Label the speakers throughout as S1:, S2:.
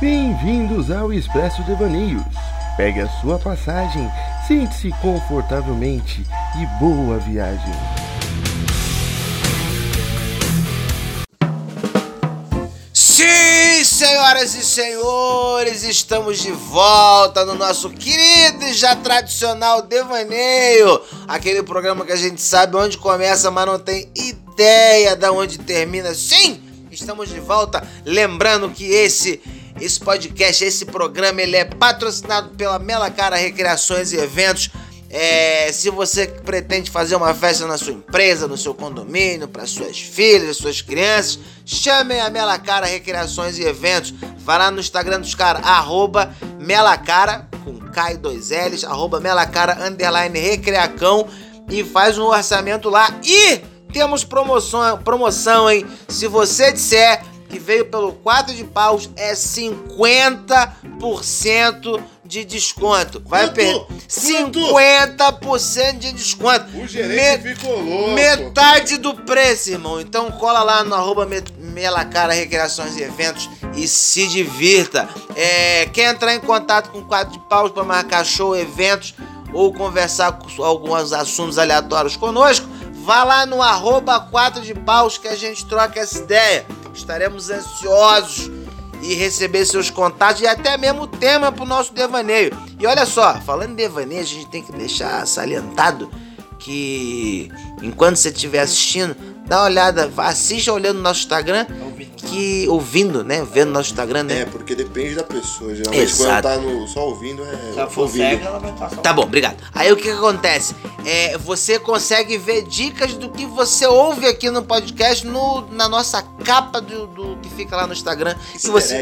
S1: Bem-vindos ao Expresso Devaneios. Pegue a sua passagem, sente-se confortavelmente e boa viagem.
S2: Sim, senhoras e senhores, estamos de volta no nosso querido e já tradicional Devaneio, aquele programa que a gente sabe onde começa, mas não tem ideia de onde termina. Sim, estamos de volta, lembrando que esse esse podcast, esse programa, ele é patrocinado pela Mela Cara Recreações e Eventos. É, se você pretende fazer uma festa na sua empresa, no seu condomínio, para suas filhas, suas crianças, chamem a Mela Cara Recreações e Eventos. Vai lá no Instagram dos caras, arroba Melacara, com K e dois L's, arroba Melacara, underline Recreacão, e faz um orçamento lá. E temos promoção, promoção, hein? Se você disser que veio pelo 4 de paus é 50% de desconto. Vai
S3: Bruto!
S2: perder
S3: Bruto!
S2: 50% de desconto.
S3: O gerente
S2: Me-
S3: ficou louco.
S2: Metade do preço, irmão. Então cola lá no arroba Me- Melacara Recreações e Eventos e se divirta. É, quer entrar em contato com o Quatro de Paus para marcar show, eventos ou conversar com alguns assuntos aleatórios conosco? Vá lá no arroba 4 de Paus que a gente troca essa ideia. Estaremos ansiosos e receber seus contatos e até mesmo o tema pro nosso devaneio. E olha só, falando em devaneio, a gente tem que deixar salientado que enquanto você estiver assistindo, dá uma olhada, vá- assista olhando nosso Instagram, que ouvindo, né, vendo nosso Instagram, né?
S3: É, porque depende da pessoa. Geralmente
S2: Exato.
S3: quando tá no, só ouvindo é.
S4: Se ela for
S3: ouvindo.
S4: cega, ela vai estar só.
S2: Tá bom, obrigado. Aí o que, que acontece? É, você consegue ver dicas do que você ouve aqui no podcast no, na nossa capa do, do que fica lá no Instagram. Se você,
S3: Easter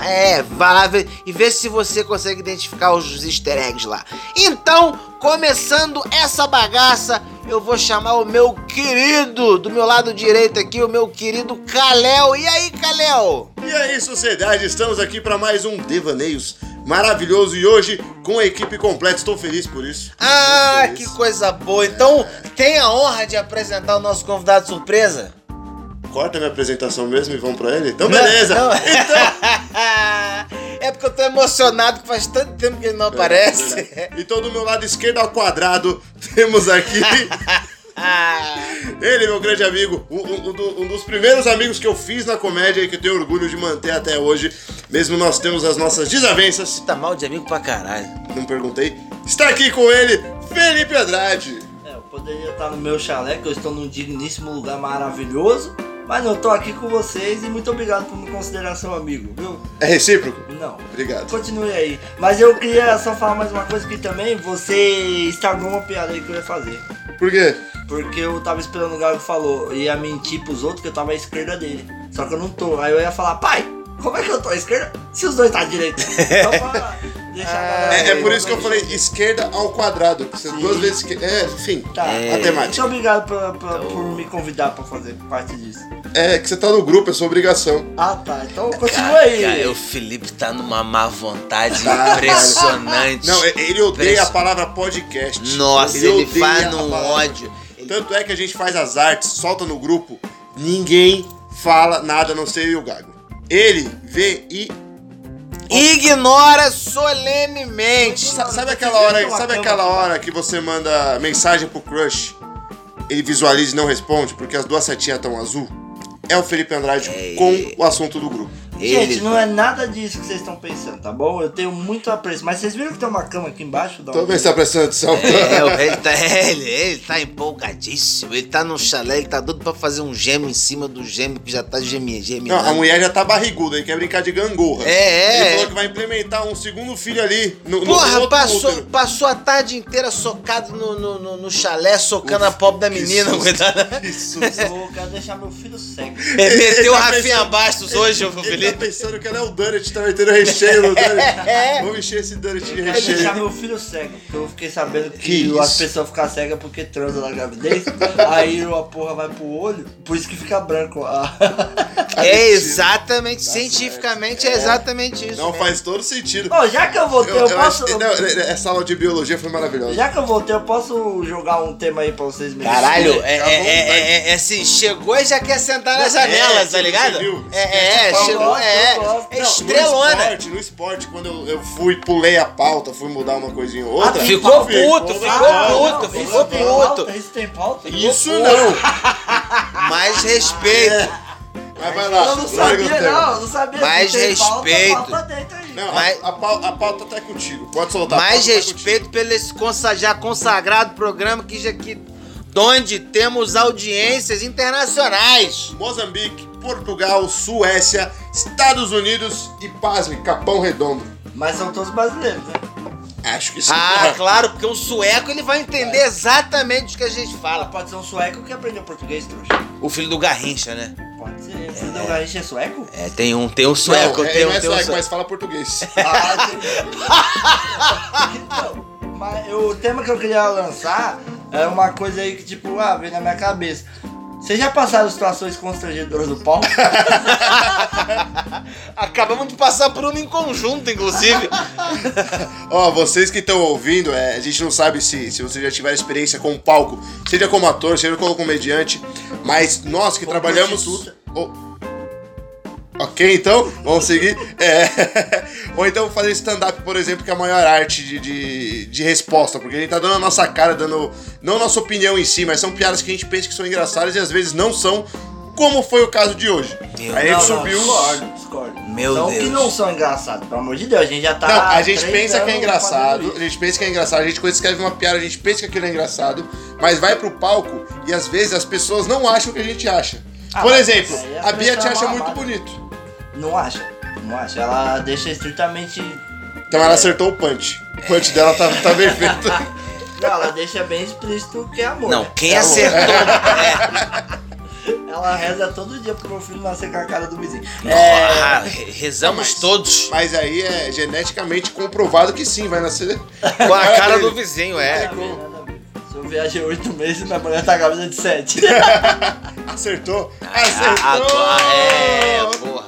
S3: eggs.
S2: É, vai lá ver, e vê se você consegue identificar os easter eggs lá. Então, começando essa bagaça, eu vou chamar o meu querido, do meu lado direito aqui, o meu querido Kalel. E aí, Kalel?
S3: E aí, sociedade, estamos aqui para mais um Devaneios maravilhoso e hoje com a equipe completa. Estou feliz por isso.
S2: Ah,
S3: Muito
S2: que
S3: feliz.
S2: coisa boa. Então, tem a honra de apresentar o nosso convidado surpresa?
S3: Corta minha apresentação mesmo e vamos pra ele? Então, beleza! Então.
S2: Não, não. é porque eu tô emocionado que faz tanto tempo que ele
S3: É,
S2: não aparece.
S3: Então, do meu lado esquerdo ao quadrado, temos aqui
S2: Ah,
S3: ele, meu grande amigo, um, um- um do- um dos primeiros amigos que eu fiz na comédia e que eu tenho orgulho de manter até hoje, mesmo nós temos as nossas desavenças.
S2: tá mal de amigo pra caralho.
S3: não perguntei. Está aqui com ele, Felipe Andrade.
S4: É, eu poderia estar no meu chalé, que eu estou num digníssimo lugar maravilhoso. Mas eu tô aqui com vocês e muito obrigado por me considerar seu amigo, viu?
S3: É recíproco?
S4: Não.
S3: Obrigado.
S4: Continue aí. Mas eu queria só falar mais uma coisa que também você estragou uma piada aí que eu ia fazer.
S3: Por quê?
S4: Porque eu tava esperando o Gago falou, eu ia mentir pros outros que eu tava à esquerda dele. Só que eu não tô. Aí eu ia falar, pai, como é que eu tô à esquerda? Se os dois tá à direita. Então pra deixar a galera
S3: É, é por
S4: aí,
S3: isso que eu
S4: né?
S3: falei esquerda ao quadrado. porque são Duas vezes que. É, enfim.
S4: Tá.
S3: A temática.
S4: Muito obrigado pra- pra- por me convidar pra fazer parte disso.
S3: É que você tá no grupo, é sua obrigação.
S4: Ah tá, então continua aí.
S2: Cara, o Felipe tá numa má vontade
S3: Tá.
S2: impressionante.
S3: Não, e- ele odeia a
S2: Impressionante.
S3: palavra podcast.
S2: Nossa, ele
S3: odeia
S2: vai
S3: a
S2: num
S3: palavra.
S2: ódio. Ele-
S3: Tanto é que a gente faz as artes, solta no grupo, ninguém fala nada, a não ser eu e o Gago. Ele vê e.
S2: Ignora solenemente.
S3: Sa- Sabe aquela hora, sabe aquela hora que você manda mensagem pro crush, ele visualiza e não responde porque as duas setinhas estão azul? É o Felipe Andrade com o assunto do grupo.
S4: Gente,
S2: Ele
S4: não é nada disso que vocês estão pensando, tá bom? Eu tenho muito apreço. Mas vocês viram que tem uma cama aqui embaixo? um Da
S3: Tô vendo se tá prestando atenção.
S2: É, o- ele, tá, ele, ele tá empolgadíssimo, ele tá num chalé, ele tá doido pra fazer um gêmeo em cima do gêmeo que já tá gemi-
S3: Não,
S2: geminando.
S3: a mulher já tá barriguda, ele quer brincar de gangorra.
S2: É, é.
S3: Ele falou que vai implementar um segundo filho ali no, no
S2: Porra,
S3: outro
S2: passou,
S3: útero.
S2: passou a tarde inteira socado no, no, no- no chalé, socando a pobre da
S3: que
S2: menina,
S3: susto.
S2: coitada.
S3: Isso.
S4: Eu vou- quero deixar meu filho cego.
S2: Ele
S3: ele
S2: meteu o
S3: tá
S2: Rafinha
S3: pensando-
S2: Bastos hoje, ô
S3: Ele tá
S2: Felipe.
S3: pensando que ela é o Donut, tá metendo recheio no Donut. Vamos encher esse Donut de
S4: Eu quero deixar
S3: recheio.
S4: meu filho cego. Porque eu fiquei sabendo que,
S3: Que
S4: as
S3: isso?
S4: pessoas ficam cegas porque transa na gravidez. aí a porra vai pro olho. Por isso que fica branco. Ah.
S2: É exatamente, cientificamente é exatamente isso.
S3: Não
S2: mesmo.
S3: faz todo sentido.
S4: Bom, já que eu voltei, eu, posso.
S3: achei- não, é, essa aula de biologia foi maravilhosa.
S4: Já que eu voltei, eu posso jogar um tema aí pra vocês mesmos?
S2: Caralho, é,
S3: Fica à
S2: é, é, é, é assim, chegou e já quer sentar na
S3: É,
S2: janela,
S3: você
S2: tá ligado?
S3: viu?
S2: É, é, é,
S3: Esquece de pau,
S2: chegou
S4: gosto,
S2: é,
S4: eu gosto.
S2: é
S3: Não, No
S2: estrelona.
S3: esporte, no esporte, quando eu, eu fui, pulei a pauta, fui mudar uma coisinha ou outra.
S4: Ah, tem
S2: Ficou
S4: pauta,
S2: puto,
S3: tem
S2: ficou puto,
S4: isso
S2: ficou
S4: tem pauta,
S2: puto.
S4: Isso tem pauta?
S3: Isso não!
S2: Mais respeito.
S3: É. Mas vai lá,
S4: Eu
S3: larga é
S4: não
S3: o
S4: sabia,
S3: tema.
S4: não, eu não sabia.
S2: Mais
S4: Se tem pauta,
S2: respeito.
S4: pauta dentro aí.
S3: Não, a-
S2: Mas-
S3: a, pau- a pauta tá contigo. Pode soltar. a
S2: Mais
S3: pauta tá
S2: respeito pelo esse consa- já consagrado programa que já que onde temos audiências internacionais.
S3: contigo. Moçambique, Portugal, Suécia, Estados Unidos e, pasme, Capão Redondo.
S4: Mas são todos brasileiros, né?
S3: Acho que sim. É.
S2: Ah, claro, porque um sueco ele vai entender exatamente o que a gente
S4: Ela
S2: fala.
S4: pode ser um sueco que aprendeu português, trouxa.
S2: O filho do Garrincha, né?
S4: Pode ser. Você deu garrincha é sueco?
S2: É, tem um, tem um
S3: Não,
S2: sueco,
S3: é,
S2: tem
S3: não
S2: um,
S3: é
S2: tem um
S3: sueco,
S2: sueco.
S3: mas fala português.
S4: Ah, entendi. então, mas eu- o tema que eu queria lançar é uma coisa aí que, tipo, ah, veio na minha cabeça. Vocês já passaram situações constrangedoras do palco?
S2: Acabamos de passar por uma em conjunto, inclusive.
S3: Ó, vocês que estão ouvindo, é, a gente não sabe se, se vocês já tiveram experiência com o palco, seja como ator, seja como comediante, mas nós que
S4: Como
S3: trabalhamos.
S4: prostituta.
S3: Ô, Ok, então, vamos seguir. É, Ou então fazer stand-up, por exemplo, que é a maior arte de, de, de resposta, porque a gente tá dando a nossa cara, dando. Não nossa opinião em si, mas são piadas que a gente pensa que são engraçadas e às vezes não são, como foi o caso de hoje.
S2: Meu
S3: Aí a
S4: Não,
S3: gente
S4: não,
S3: subiu.
S4: Discordo, discordo.
S2: Meu
S4: são que
S2: Deus.
S4: não são engraçados, pelo amor de Deus, a gente já tá.
S3: Não, a gente
S4: três
S3: pensa que é
S4: anos
S3: engraçado,
S4: fazendo
S3: a
S4: isso.
S3: gente pensa que é engraçado, a gente quando escreve uma piada, a gente pensa que aquilo é engraçado, mas vai pro palco e às vezes as pessoas não acham o que a gente acha.
S4: Ah,
S3: Por
S4: mas
S3: exemplo,
S4: aí as
S3: a Bia te
S4: pessoas
S3: acha
S4: mal
S3: muito
S4: amam.
S3: bonito.
S4: Não acha, não acha. Ela deixa estritamente.
S3: Então ela acertou o punch. O punch dela tá, tá bem feito.
S4: Não, ela deixa bem explícito que é amor.
S2: Não,
S4: né?
S2: quem
S4: é amor.
S2: acertou? um É.
S4: Ela reza todo dia pro meu filho nascer com a cara do vizinho. É,
S2: Ah, re- rezamos
S3: Mas-
S2: todos
S3: Mas aí é geneticamente comprovado que sim, vai nascer.
S2: com a cara do vizinho, é.
S4: Nada a ver, nada a ver. Se eu viajar oito meses, minha mulher tá grávida de sete.
S3: Acertou?
S2: Ah,
S3: Acertou!
S2: agora- é, porra.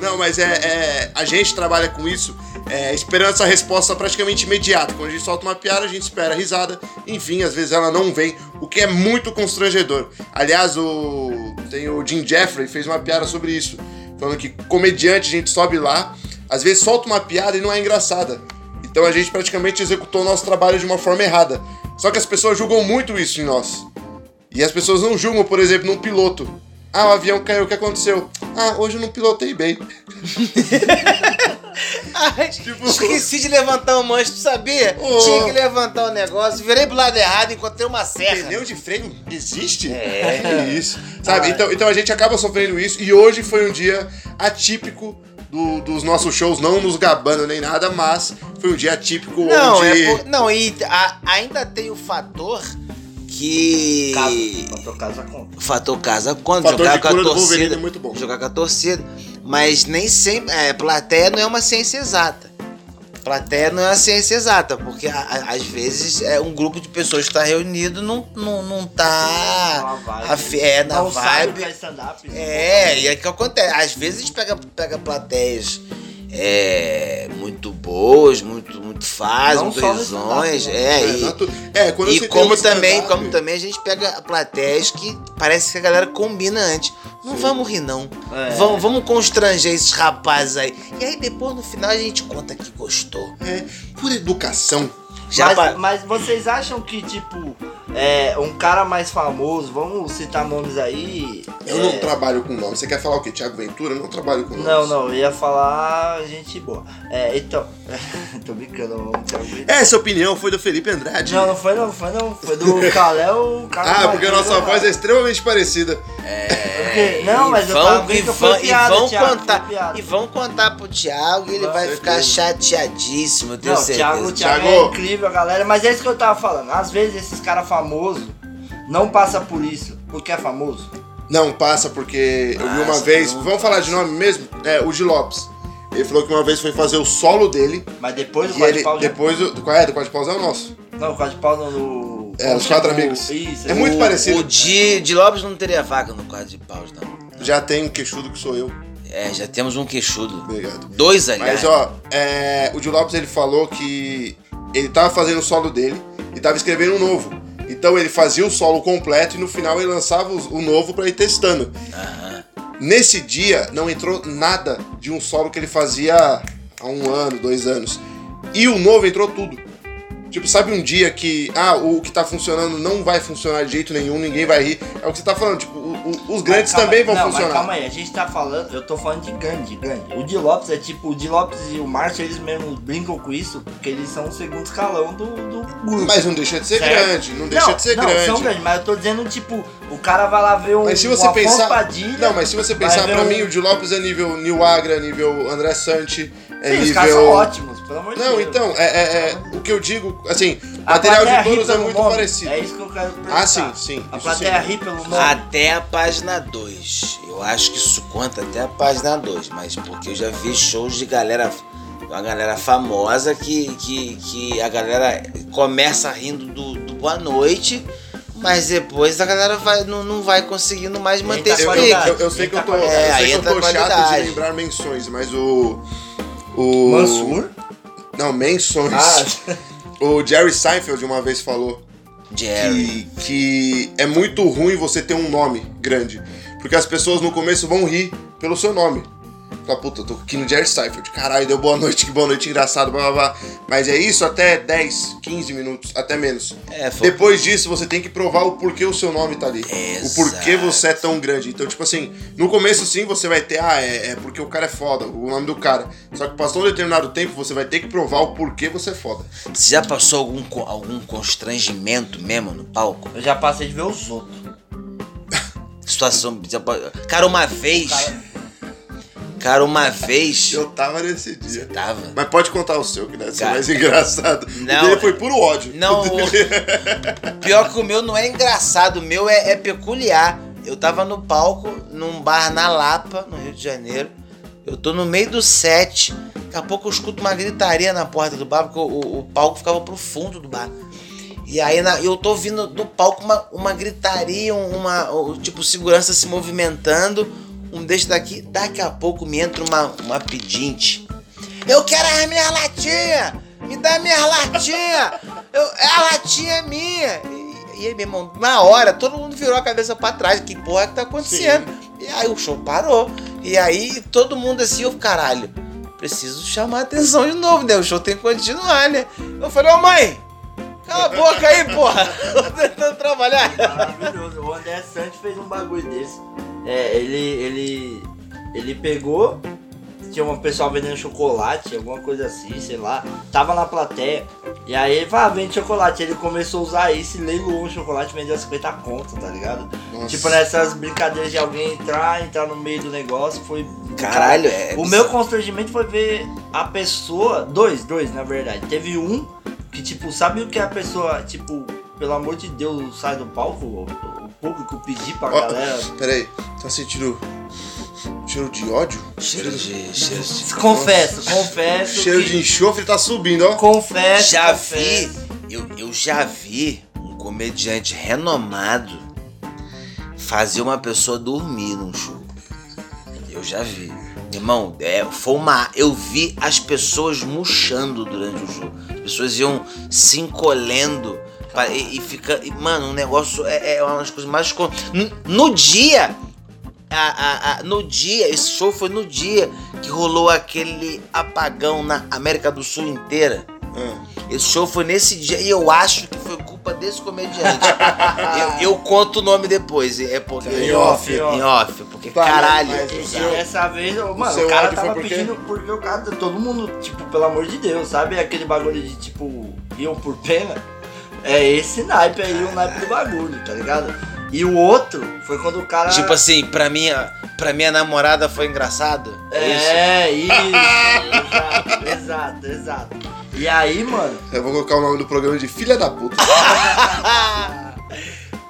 S3: Não, mas é, é- A gente trabalha com isso, é, esperando essa resposta praticamente imediata. Quando a gente solta uma piada, a gente espera a risada. Enfim, às vezes ela não vem, o que é muito constrangedor. Aliás, o. Tem o Jim Jeffrey fez uma piada sobre isso. Falando que comediante, a gente sobe lá, às vezes solta uma piada e não é engraçada. Então a gente praticamente executou o nosso trabalho de uma forma errada. Só que as pessoas julgam muito isso em nós. E as pessoas não julgam, por exemplo, num piloto. Ah, o avião caiu, o que aconteceu? Ah, hoje eu não pilotei bem.
S2: Ai, tipo, Esqueci de levantar o manche, tu sabia?
S3: Ô.
S2: Tinha que levantar o negócio, virei pro lado errado, encontrei uma serra.
S3: Pneu de freio existe?
S2: É. Ah,
S3: Que isso. Sabe? Então, então a gente acaba sofrendo isso. E hoje foi um dia atípico do- dos nossos shows, não nos gabando nem nada, mas foi um dia atípico
S2: Não,
S3: onde.
S2: é por- não e a- ainda tem o fator que.
S4: Casa, pra casa conta.
S2: Fator casa quando
S3: Fator
S2: jogar
S3: de
S2: com a
S3: cura do Wolverine
S2: torcida.
S3: é muito bom.
S2: Jogar com a torcida. Mas nem sempre. É, plateia não é uma ciência exata. Plateia não é uma ciência exata, porque a- a- às vezes é um grupo de pessoas que está reunido não, não, não
S4: Uma
S2: tá.
S4: vibe.
S2: a fe- é, na
S4: Não sabe o que
S2: vibe.
S4: é stand-up.
S2: É, e é que acontece. Às vezes pega, pega plateias é, muito boas, muito, muito fáceis,
S4: Não
S2: muito
S4: só no stand-up,
S2: risões.
S4: né?
S2: É,
S3: É,
S2: e-
S3: natu- é, quando você
S2: e
S3: tem
S2: como
S3: um
S2: também,
S3: stand-up-
S2: como também a gente pega plateias que parece que a galera combina antes. Não vamos rir, não.
S4: É.
S2: Vamos, vamos constranger esses rapazes aí. E aí depois no final a gente conta que gostou.
S3: É, por educação.
S2: Já
S4: mas,
S2: pa-
S4: mas vocês acham que, tipo, é, um cara mais famoso, vamos citar nomes aí.
S3: Eu
S4: é,
S3: não trabalho com nome. Você quer falar o quê? Tiago Ventura? Eu não trabalho com nome.
S4: Não, não, eu ia falar gente boa. É, então. Tô brincando, eu um não quero ver.
S3: Essa é opinião foi do Felipe Andrade.
S4: Não, não foi não, foi não. Foi do Kalel, cara.
S3: Ah, porque a nossa voz é extremamente parecida.
S4: né, É, Porque- Não, mas
S2: e
S4: eu tava
S2: vão, e
S4: brincando,
S2: vão,
S4: foi
S2: e
S4: piada,
S2: vão
S4: Thiago, foi
S2: contar,
S4: piada.
S2: e vão contar pro Thiago e ele
S4: Com
S2: vai ficar chateadíssimo, eu tenho
S4: Não, o
S2: certeza.
S4: Thiago, o Thiago é
S3: Thiago.
S4: incrível, galera. Mas é isso que eu tava falando. Às vezes esses caras famosos não passam por isso, porque é famoso.
S3: Não, passa, porque eu vi uma
S2: Passa,
S3: vez.
S2: não
S3: Vamos falar de nome mesmo? É, o G. Lopes. Ele falou que uma vez foi fazer o solo dele.
S4: Mas depois do
S3: E
S4: quadro
S3: ele,
S4: de pau. né? já-
S3: depois, o, qual é? Do quadro de paus é o nosso.
S4: Não, o quadro de pau não, no.
S3: É, os quatro amigos.
S4: Isso,
S3: É muito
S4: o-
S3: parecido.
S2: O de, de Lopes não teria vaga no quadro de paus, não.
S3: Já tem um queixudo que sou eu.
S2: É, já temos um queixudo.
S3: Obrigado.
S2: Dois, aliás.
S3: Mas, ó, é, o Gil Lopes, ele falou que ele tava fazendo o solo dele e tava escrevendo um novo. Então ele fazia o solo completo e no final ele lançava os- o novo pra ir testando. Nesse dia não entrou nada de um solo que ele fazia há um ano, dois anos. E o novo entrou tudo. Tipo, sabe um dia que, ah, o que tá funcionando não vai funcionar de jeito nenhum, ninguém vai rir. É o que você tá falando, tipo, o- o- os grandes
S4: Mas calma-
S3: também vão
S4: não,
S3: funcionar.
S4: Mas calma aí, a gente tá falando, eu tô falando de grande, de grande. O Di Lopes é tipo, o Di Lopes e o Márcio, eles mesmos brincam com isso, porque eles são o segundo escalão do, do grupo.
S3: Mas não deixa de ser
S4: Certo.
S3: grande, não deixa de ser
S4: não,
S3: grande.
S4: são grandes, mas eu tô dizendo, tipo, o cara vai lá ver um,
S3: Mas se você
S4: um Afonso
S3: pensar-
S4: Padilha,
S3: Não, mas se você
S4: Vai
S3: pensar,
S4: ver
S3: pra
S4: um-
S3: mim o de Lopes é nível New Agra, nível André Santi, é
S4: sim, os caras são
S3: nível.
S4: ótimos, pelo amor de Deus.
S3: Não, então, é, é- é- o que eu digo, assim, o
S4: A
S3: material
S4: plateia
S3: de
S4: ri
S3: todos é
S4: pelo
S3: muito
S4: nome,
S3: parecido.
S4: É isso que eu quero perguntar.
S3: ah, sim, sim.
S4: A
S3: isso
S4: plateia
S3: sim.
S4: ri pelo nome.
S2: Até a página 2. Eu acho que isso conta até a página 2, mas porque eu já vi shows de galera. Uma galera famosa que, que, que a galera começa rindo do, do boa noite, mas depois a galera vai, não, não vai conseguindo mais manter esse
S3: Eu,
S4: qualidade.
S2: pique.
S3: eu, eu sei que eu tô,
S4: Entra
S2: qualidade.
S3: eu sei que eu
S2: É,
S3: tô
S2: entra
S3: chato de
S2: qualidade.
S3: lembrar menções, mas o. O.
S4: Mansur?
S3: Não, menções.
S4: Ah,
S3: O Jerry Seinfeld uma vez falou
S2: Jerry.
S3: que, que é muito ruim você ter um nome grande. Porque as pessoas no começo vão rir pelo seu nome. Fala, puta, tô aqui no Jerry Seinfeld. Caralho, deu boa noite, que boa noite, engraçado, blá blá blá. Mas é isso até 10, 15 minutos, até menos.
S2: É, foi
S3: Depois disso, você tem que provar o porquê o seu nome tá ali. O porquê você é tão grande. Então, tipo assim, no começo sim você vai ter, ah, é, é porque o cara é foda, o nome do cara. Só que passou um determinado tempo, você vai ter que provar o porquê você é foda.
S2: Você já passou algum, co- algum constrangimento mesmo no palco?
S4: eu já passei de ver os outros.
S2: Situação. já pa- Cara, uma vez. Cara, uma vez.
S3: Eu tava nesse dia.
S2: Tava.
S3: Mas pode contar o seu, que deve ser
S2: Cara.
S3: mais engraçado.
S2: Não.
S3: o dele foi puro ódio.
S2: Não, o- pior que o meu não é engraçado, o meu é, é peculiar. Eu tava no palco, num bar na Lapa, no Rio de Janeiro. Eu tô no meio do set. Daqui a pouco eu escuto uma gritaria na porta do bar, porque o, o- o palco ficava pro fundo do bar. E aí na- eu tô ouvindo do palco uma, uma gritaria, um- uma. o- Tipo, segurança se movimentando. Um deixa daqui, daqui a pouco me entra uma, uma pedinte. Eu quero as minhas latinhas! Me dá minhas latinhas! Eu, a latinha é minha! E, e aí, meu irmão, na hora, todo mundo virou a cabeça pra trás. Que porra que tá acontecendo? E aí o show parou. E aí todo mundo assim, ô caralho, preciso chamar a atenção de novo, né? O show tem que continuar, né? Eu falei, ô mãe! Cala a boca aí, porra! Tô tentando trabalhar.
S4: Maravilhoso. O André Santos fez um bagulho desse. É, ele, ele, ele pegou, tinha um pessoal vendendo chocolate, alguma coisa assim, sei lá. Tava na plateia. E aí ele falou, ah, vende chocolate. Ele começou a usar isso e leiloou um chocolate e vendeu 50 conto, tá ligado?
S3: Nossa.
S4: Tipo, nessas brincadeiras de alguém entrar, entrar no meio do negócio, foi...
S2: Caralho, é.
S4: O meu constrangimento foi ver a pessoa. Dois, dois, na verdade. Teve um que, tipo, sabe o que a pessoa, tipo, pelo amor de Deus, sai do palco? O, o público pedir pra
S3: Ó,
S4: galera.
S3: Peraí, tá sentindo cheiro de ódio?
S2: Cheiro de. Cheiro de...
S4: Confesso, confesso.
S3: Cheiro
S4: que-
S3: de enxofre tá subindo, ó.
S4: Confesso.
S2: Já vi,
S4: confesso.
S2: eu, eu já vi um comediante renomado fazer uma pessoa dormir num show. Eu já vi. Irmão, é, foi uma. Eu vi as pessoas murchando durante o show. As pessoas iam se encolhendo. pa- E, e fica. e, mano, o negócio é, é uma das coisas mais. con- No, no dia. a- a- a- no dia, esse show foi no dia que rolou aquele apagão na América do Sul inteira.
S3: Ah.
S2: Esse show foi nesse dia e eu acho que foi culpa desse comediante. eu, eu conto o nome depois, é porque
S3: Em off.
S2: em off, porque
S3: Tá,
S2: caralho.
S3: mas-
S4: E
S3: mas-
S4: dessa vez, eu- mano,
S3: seu
S4: o cara
S3: ódio foi
S4: tava
S3: por quê?
S4: pedindo porque o cara, todo mundo, tipo, pelo amor de Deus, sabe? Aquele bagulho de tipo, iam por pena. É esse naipe aí, o naipe do bagulho, tá ligado? E o outro foi quando o cara.
S2: Tipo assim, pra minha, pra minha namorada foi engraçado. É, isso.
S4: É, isso. exato, exato, exato. E aí, mano,
S3: Eu vou colocar o nome do programa de Filha da Puta.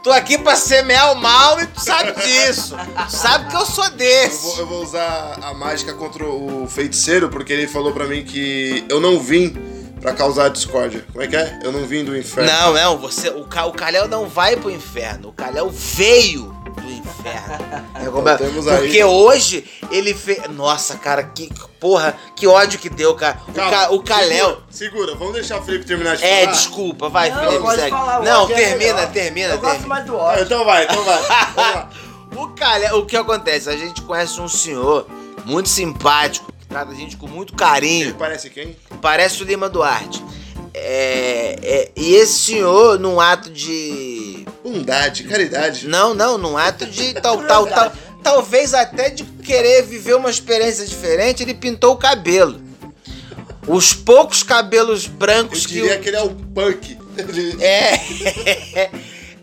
S2: Tô aqui pra semear o mal e tu sabe disso. Tu sabe que eu sou
S3: Eu vou,
S2: desse.
S3: eu vou usar a mágica contra o feiticeiro, porque ele falou pra mim que eu não vim pra causar discórdia. Como é que é? Eu não vim do inferno.
S2: Não, não, você, o, Ca- o Calhau não vai pro inferno. O Calhau veio do inferno. É como é-
S3: temos aí-
S2: porque hoje ele fez. Nossa, cara, que que porra, que ódio que deu, cara. O,
S3: Calma,
S2: Ca- o Calhau.
S3: Segura, segura, vamos deixar o Felipe terminar de falar.
S2: É, desculpa, vai,
S4: Não,
S2: Felipe,
S4: pode
S2: segue.
S4: falar, o
S2: não,
S4: ódio é
S2: termina,
S4: melhor.
S2: termina,
S4: eu gosto
S2: termina.
S4: mais do
S3: Ah,
S4: ódio.
S3: Então vai, então vai. Vamos lá.
S2: O, calha, o que acontece? A gente conhece um senhor muito simpático, que trata a gente com muito carinho.
S3: Ele parece quem?
S2: Parece o Lima Duarte. É, é, e esse senhor, num ato de.
S3: Bondade, caridade.
S2: Não, não, num ato de tal, tal, tal.
S3: né?
S2: Talvez até de querer viver uma experiência diferente, ele pintou o cabelo. Os poucos cabelos
S3: Eu
S2: brancos que. o-
S3: diria que ele é o punk. Ele-
S2: É.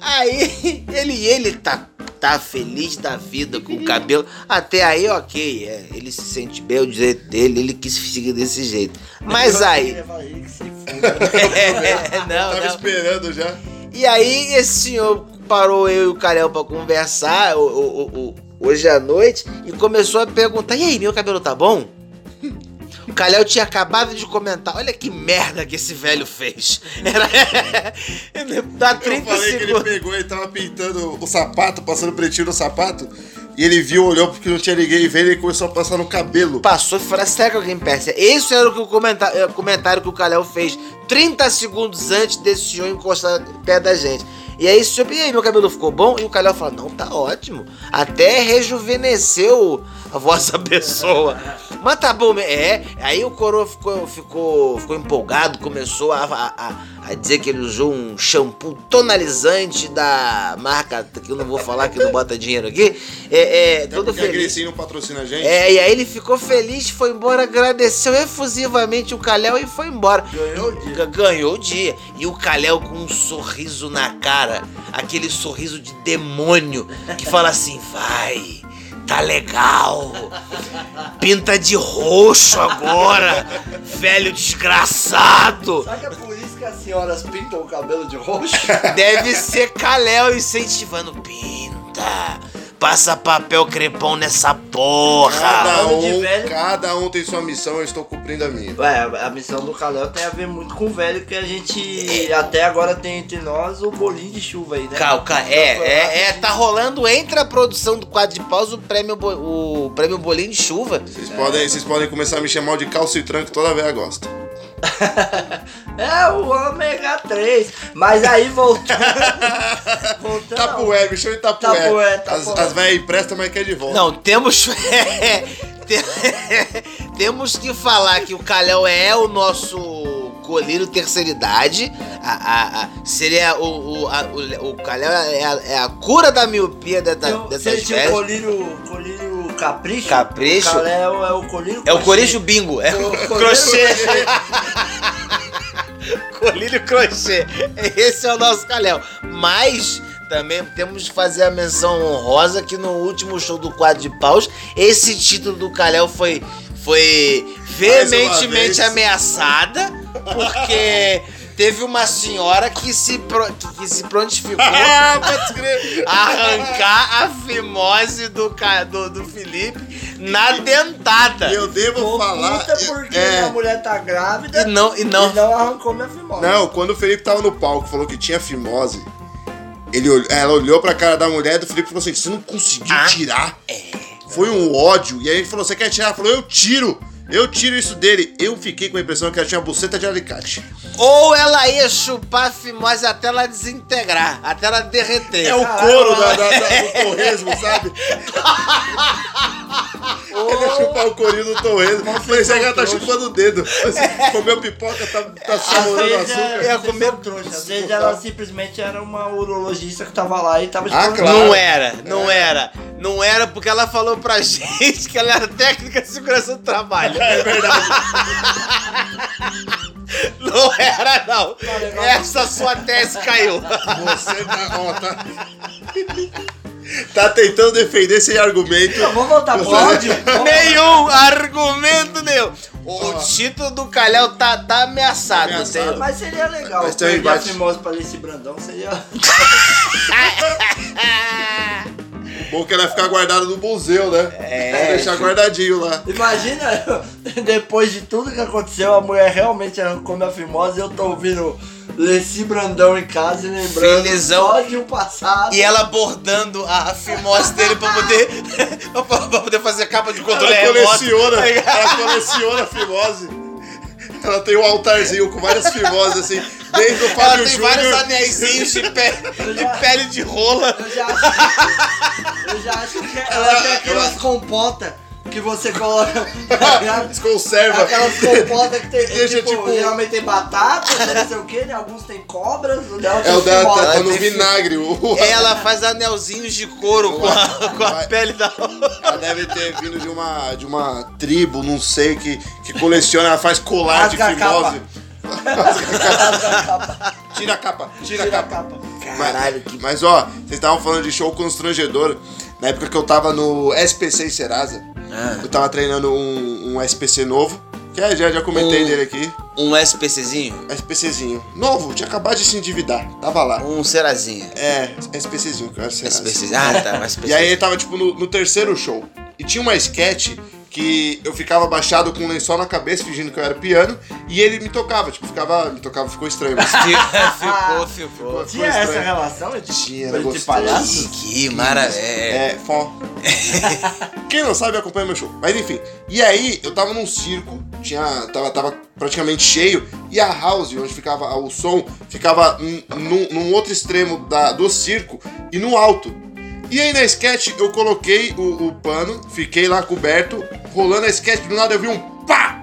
S2: Aí ele ele tá tá feliz da vida com o cabelo. Até aí, ok. é, ele se sente bem, é o direito dele, ele quis seguir desse jeito. Mas
S4: Eu
S2: aí.
S4: queria falar, ele que se foda.
S2: É, não,
S3: Tava
S2: não.
S3: esperando já.
S2: E aí esse senhor parou eu e o Carel pra conversar o- o- o- o- hoje à noite e começou a perguntar: e aí, meu cabelo tá bom? O Calhau tinha acabado de comentar. Olha que merda que esse velho fez. tá Era... Dá
S3: Eu
S2: 30
S3: falei que ele
S2: segundos.
S3: pegou e tava pintando o sapato, passando pretinho no sapato. E ele viu, olhou porque não tinha ninguém vendo e começou a passar no cabelo.
S2: Passou e falou: será que alguém peça? Esse era o, que o comenta- eh, comentário que o Calhau fez 30 segundos antes desse senhor encostar perto da gente. E aí, esse senhor, e aí, meu cabelo ficou bom? E o Calhau falou: não, tá ótimo. Até rejuvenesceu a vossa pessoa. Mas tá bom, é. Aí o coroa ficou, ficou, ficou empolgado, começou a, a- a- a dizer que ele usou um shampoo tonalizante da marca, que eu não vou falar que não bota dinheiro aqui. É, é,
S3: Até
S2: todo
S3: porque a
S2: feliz.
S3: Grecinha não patrocina a gente.
S2: É, e aí ele ficou feliz, foi embora, agradeceu efusivamente o Kalel e foi embora.
S4: Ganhou o dia.
S2: Ga- Ganhou o dia. E o Kalel com um sorriso na cara, aquele sorriso de demônio que fala assim: vai, tá legal, pinta de roxo agora, velho desgraçado.
S4: Será que é por isso que as senhoras pintam o cabelo de roxo?
S2: Deve ser Kalel incentivando: pinta, passa papel crepom nessa porra.
S3: Cada
S4: Falando de
S3: um,
S4: velho-
S3: cada um tem sua missão, eu estou cumprindo a minha.
S4: Ué, a missão do Kalel tem a ver muito com o velho que a gente até agora tem entre nós o bolinho de chuva aí, né?
S2: Calca, é, é, é, tá rolando entre a produção do quadro de paus o prêmio, bo- o prêmio Bolinho de Chuva.
S3: Vocês, podem, vocês podem começar a me chamar de calcitran, que toda velha gosta.
S4: É o ômega 3. Mas aí voltando. voltando
S2: Tá
S4: ao-
S3: Tapué, me chama de tapué.
S4: Então, Tapué,
S3: As,
S4: tapué.
S3: as velhas emprestam, mas quer de volta.
S2: Não, temos. tem- temos que falar que o Calhau é o nosso goleiro terceira idade. A, a- a- seria o, o, a- o, o Calhau é a, é a cura da miopia da, da,
S4: Então,
S2: dessas
S4: Você tinha o
S2: festas.
S4: colírio, colírio capricho?
S2: Capricho?
S4: O Kalel é o colírio
S2: É o
S4: crochê.
S2: Corígio Bingo. É
S4: O
S2: o
S4: colírio
S2: crochê.
S4: crochê.
S2: Colírio crochê. Esse é o nosso calhau. Mas também temos que fazer a menção honrosa que no último show do quadro de paus, esse título do calhau foi, foi veementemente
S3: vez.
S2: ameaçada, porque teve uma senhora que se, pro, que, que se prontificou
S3: Ah, pode crer.
S2: a arrancar a fimose do, ca- do, do Felipe na dentada.
S3: E eu devo
S4: Tô
S3: falar.
S4: puta porque
S3: é,
S4: minha mulher tá grávida
S2: E não, e não.
S4: e não arrancou minha fimose.
S3: Não, quando o Felipe tava no palco falou que tinha fimose, ele, olh- ela olhou pra cara da mulher do Felipe e falou assim: você não conseguiu
S2: Ah,
S3: tirar. Foi um ódio. E aí ele falou: você quer tirar? Ela falou, eu tiro! Eu tiro isso dele. Eu fiquei com a impressão que ela tinha uma buceta de alicate.
S2: Ou ela ia chupar a fimose até ela desintegrar, até ela derreter.
S3: É o couro da, da- da- do torresmo, sabe? Ele ia chupar o corinho do torresmo. Parecia que ela tá chupando o dedo. Assim, comeu pipoca, tá, tá
S4: Às
S3: saboreando o
S4: vezes,
S3: açúcar.
S4: ela,
S2: ia
S4: vocês
S2: comer
S4: são trouxas, às vezes ela simplesmente era uma urologista que tava lá e tava
S3: Ah,
S4: escondendo.
S3: claro. É.
S2: Não era, não era. Não era porque ela falou pra gente que ela era técnica de segurança do trabalho. É verdade. Não era, não.
S4: legal.
S2: Essa sua tese caiu.
S3: Você tá, ó, tá. tá tentando defender esse argumento.
S4: Não, Vamos voltar pro áudio? Vamos-
S2: Nenhum argumento nenhum. O título do Calhau tá, tá ameaçado.
S3: Ameaçado.
S2: entendeu?
S4: Mas seria legal
S3: Mas tem um
S4: perder a
S3: embate.
S4: fimose pra Alice Brandão, seria...
S3: Bom que ela vai ficar guardada no museu, né? É. Vai deixar guardadinho lá.
S4: Imagina, depois de tudo que aconteceu, a mulher realmente arrancou minha fimose e eu tô ouvindo Leci Brandão em casa e lembrando
S2: Felizão.
S4: só de um passado.
S2: E ela bordando a fimose dele pra poder, pra poder fazer capa de controle
S3: Ela
S2: remoto.
S3: coleciona, ela coleciona fimose. Ela tem um altarzinho com várias fimosas, assim, desde o
S2: Ela
S3: Fábio
S2: tem vários
S3: Júnior.
S2: anéisinhos de, pe- de pele de rola.
S4: Eu já acho, eu já acho que ela tem aquelas compotas que você coloca. tá ligado?
S3: Desconserva.
S4: Aquelas compotas que tem.
S3: Deixa,
S4: tipo,
S3: tipo-
S4: geralmente tem batata, tem não sei o que, alguns tem cobras, o dela
S3: É o
S4: tem
S3: da
S4: fimose.
S3: tá, tá no
S2: tem fi-
S3: vinagre. o-
S2: Ela faz anelzinhos de couro com a, com a pele da rola.
S3: Ela deve ter vindo de uma, de uma tribo, não sei, que, que coleciona, ela faz colar de
S4: Rasga a capa.
S3: fimose.
S4: Capa,
S3: Tira a capa, tira,
S4: tira
S3: a
S4: a
S3: capa.
S4: capa.
S3: Caralho, que... Mas ó, vocês estavam falando de show constrangedor. Na época que eu tava no SPC em Serasa, eu tava treinando um, um SPC novo, que é, já, já comentei
S2: Um-
S3: dele aqui.
S2: Um SPCzinho?
S3: SPCzinho. Novo, tinha acabado de se endividar. Tava lá.
S2: Um Serazinha.
S3: É, SPCzinho, que eu acho que era Serasa.
S2: SPCzinho. Ah, tá. Um SPCzinho.
S3: E aí ele tava, tipo, no, no terceiro show. E tinha uma sketch que eu ficava baixado com um lençol na cabeça, fingindo que eu era piano, e ele me tocava, tipo, ficava. Me tocava, ficou estranho. Mas
S2: ficou, ficou.
S4: Tinha
S3: Foi
S4: essa
S3: estranho.
S4: relação de,
S3: Tinha, era
S4: de
S3: gostoso.
S4: palhaço?
S2: Que maravilha.
S3: É, fó. Quem não sabe acompanha meu show. Mas enfim. E aí, eu tava num circo, tinha, tava, tava praticamente cheio, e a house, onde ficava o som, ficava num, num- num outro extremo da- do circo e no alto. E aí na sketch eu coloquei o, o pano, fiquei lá coberto, rolando a sketch, do nada eu vi um pá!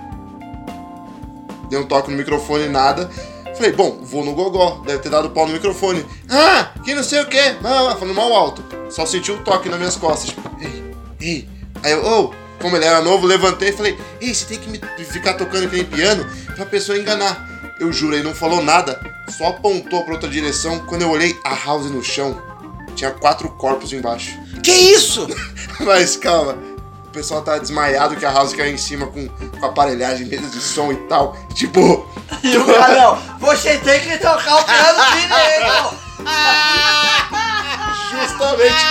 S3: Deu um toque no microfone, nada. Falei, bom, vou no gogó, deve ter dado pau no microfone. Ah, que não sei o quê. Ah, falando mal alto. Só senti um toque nas minhas costas. Tipo, ei, ei. Aí eu, oh, como ele era novo, levantei e falei, ei, você tem que me ficar tocando aquele piano pra pessoa enganar. Eu jurei, não falou nada, só apontou pra outra direção. Quando eu olhei a house no chão, tinha quatro corpos embaixo.
S2: Que isso?
S3: Mas calma, o pessoal tá desmaiado que a house caiu em cima com, com aparelhagem, mesa de som e tal. Tipo,
S4: E o cara, não, você tem que tocar o piano direito! Ah!
S3: Justamente.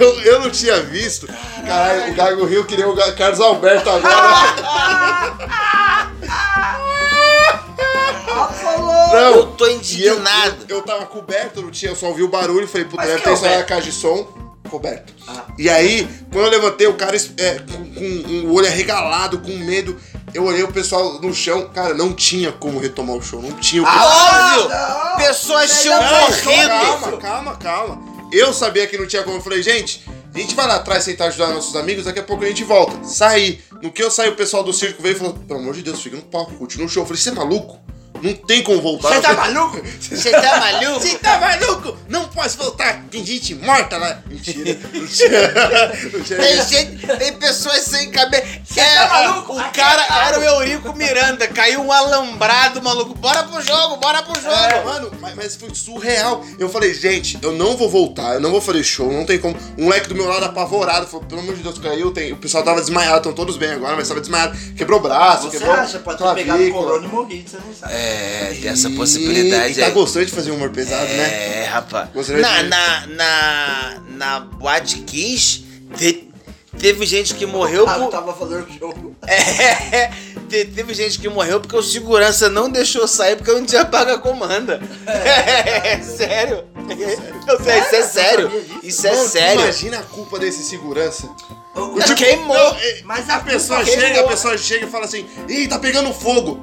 S3: Eu, eu não tinha visto. Caralho, o Gago Rio queria o Ga- Carlos Alberto agora.
S4: Ela falou!
S3: Não.
S2: Eu tô
S3: E eu,
S2: indignado.
S3: eu, eu tava coberto, não tinha, eu só ouvi o barulho. Falei, puta,
S4: Mas
S3: deve
S4: que
S3: ter
S4: é o
S3: saído a
S4: Beto?
S3: caixa de som. Coberto.
S2: Ah.
S3: E aí, quando eu levantei, o cara é, com, com o olho arregalado, com medo. Eu olhei o pessoal no chão. Cara, não tinha como retomar o show. Não tinha o que
S2: Óbvio!
S4: não. tá
S2: Pessoas tinham
S3: Tá
S4: Não,
S2: morrido.
S3: Calma, calma, calma. Eu sabia que não tinha como. Eu falei, gente, a gente vai lá atrás tentar ajudar nossos amigos, daqui a pouco a gente volta. Saí. No que eu saí, o pessoal do circo veio e falou: pelo amor de Deus, fica no palco, continua o show. Eu falei, você é maluco? Não tem como voltar.
S4: Você tá
S3: Eu falei,
S4: maluco?
S2: Você tá maluco?
S3: Você tá maluco? Não posso voltar. Tem gente morta lá. Mentira. Não tinha- não tinha
S2: Tem
S3: gente.
S2: gente, tem pessoas sem cabeça. É,
S4: tá maluco?
S2: O cara era o Eurico Miranda, caiu um alambrado, maluco. Bora pro jogo, bora pro jogo.
S4: É,
S3: É, Mano, mas, mas foi surreal. Eu falei, gente, eu não vou voltar, eu não vou fazer show, não tem como. Um moleque do meu lado apavorado, falou, pelo amor de Deus, caiu. Tem... O pessoal tava desmaiado, estão todos bem agora, mas tava desmaiado. Quebrou o braço,
S4: Você
S3: quebrou.
S4: acha, pode ter
S3: clavícula.
S4: pegado corona e morrido, você não sabe.
S2: É, tem essa
S3: E-
S2: possibilidade
S3: E tá
S2: aí.
S3: gostando de fazer humor pesado, né?
S2: É, rapaz.
S3: Gostaria
S2: Na,
S3: de-
S2: na, na, na Boate Kiss, te- teve gente que morreu
S4: o cara
S2: por.
S4: Ah, tava fazendo jogo.
S2: É, te- teve gente que morreu porque o segurança não deixou sair porque eu não tinha pago a comanda. É, sério. Eu sei, Isso é sério.
S4: sabia disso.
S2: Isso é
S3: Mano,
S2: sério.
S3: Imagina a culpa desse segurança.
S4: O-
S2: Mas
S4: o-
S2: Queimou.
S3: é-
S4: Mas
S3: a
S4: a
S3: pessoa
S4: culpa
S3: chega, a
S4: queimou.
S3: pessoa chega e fala assim: ih, tá pegando fogo.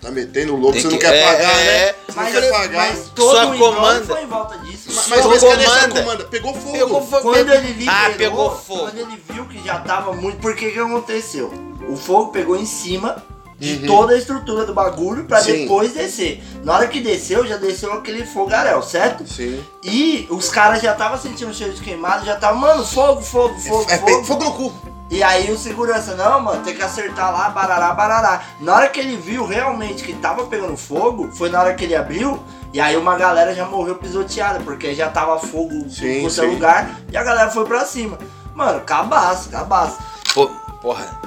S3: Tá metendo louco,
S2: Tem
S3: você não
S2: que-
S3: quer
S2: é,
S3: pagar,
S2: é,
S3: né?
S2: é.
S3: Você não
S4: mas,
S3: quer pagar.
S4: mas todo
S2: Só
S4: o envolve
S2: comanda.
S4: foi em volta disso.
S3: Mas,
S2: só
S3: mas cadê essa
S2: comanda.
S3: comanda? Pegou fogo.
S2: Pegou fogo.
S4: Quando ele liberou,
S2: Ah, pegou fogo.
S4: quando ele viu que já tava muito, porque que aconteceu? O fogo pegou em cima de toda a estrutura do bagulho pra
S3: Uhum. Sim.
S4: depois descer. Na hora que desceu, já desceu aquele fogaréu, certo?
S3: Sim.
S4: E os caras já estavam sentindo cheiro de queimado, já tava, mano, fogo, fogo, fogo,
S3: É,
S4: fogo.
S3: pe- fogo no cu.
S4: E aí o segurança, não, mano, tem que acertar lá, barará, barará. Na hora que ele viu realmente que tava pegando fogo, foi na hora que ele abriu, e aí uma galera já morreu pisoteada, porque já tava fogo
S3: Sim, sim.
S4: no seu lugar, e a galera foi pra cima. Mano, cabaço, cabaço.
S2: Pô, porra.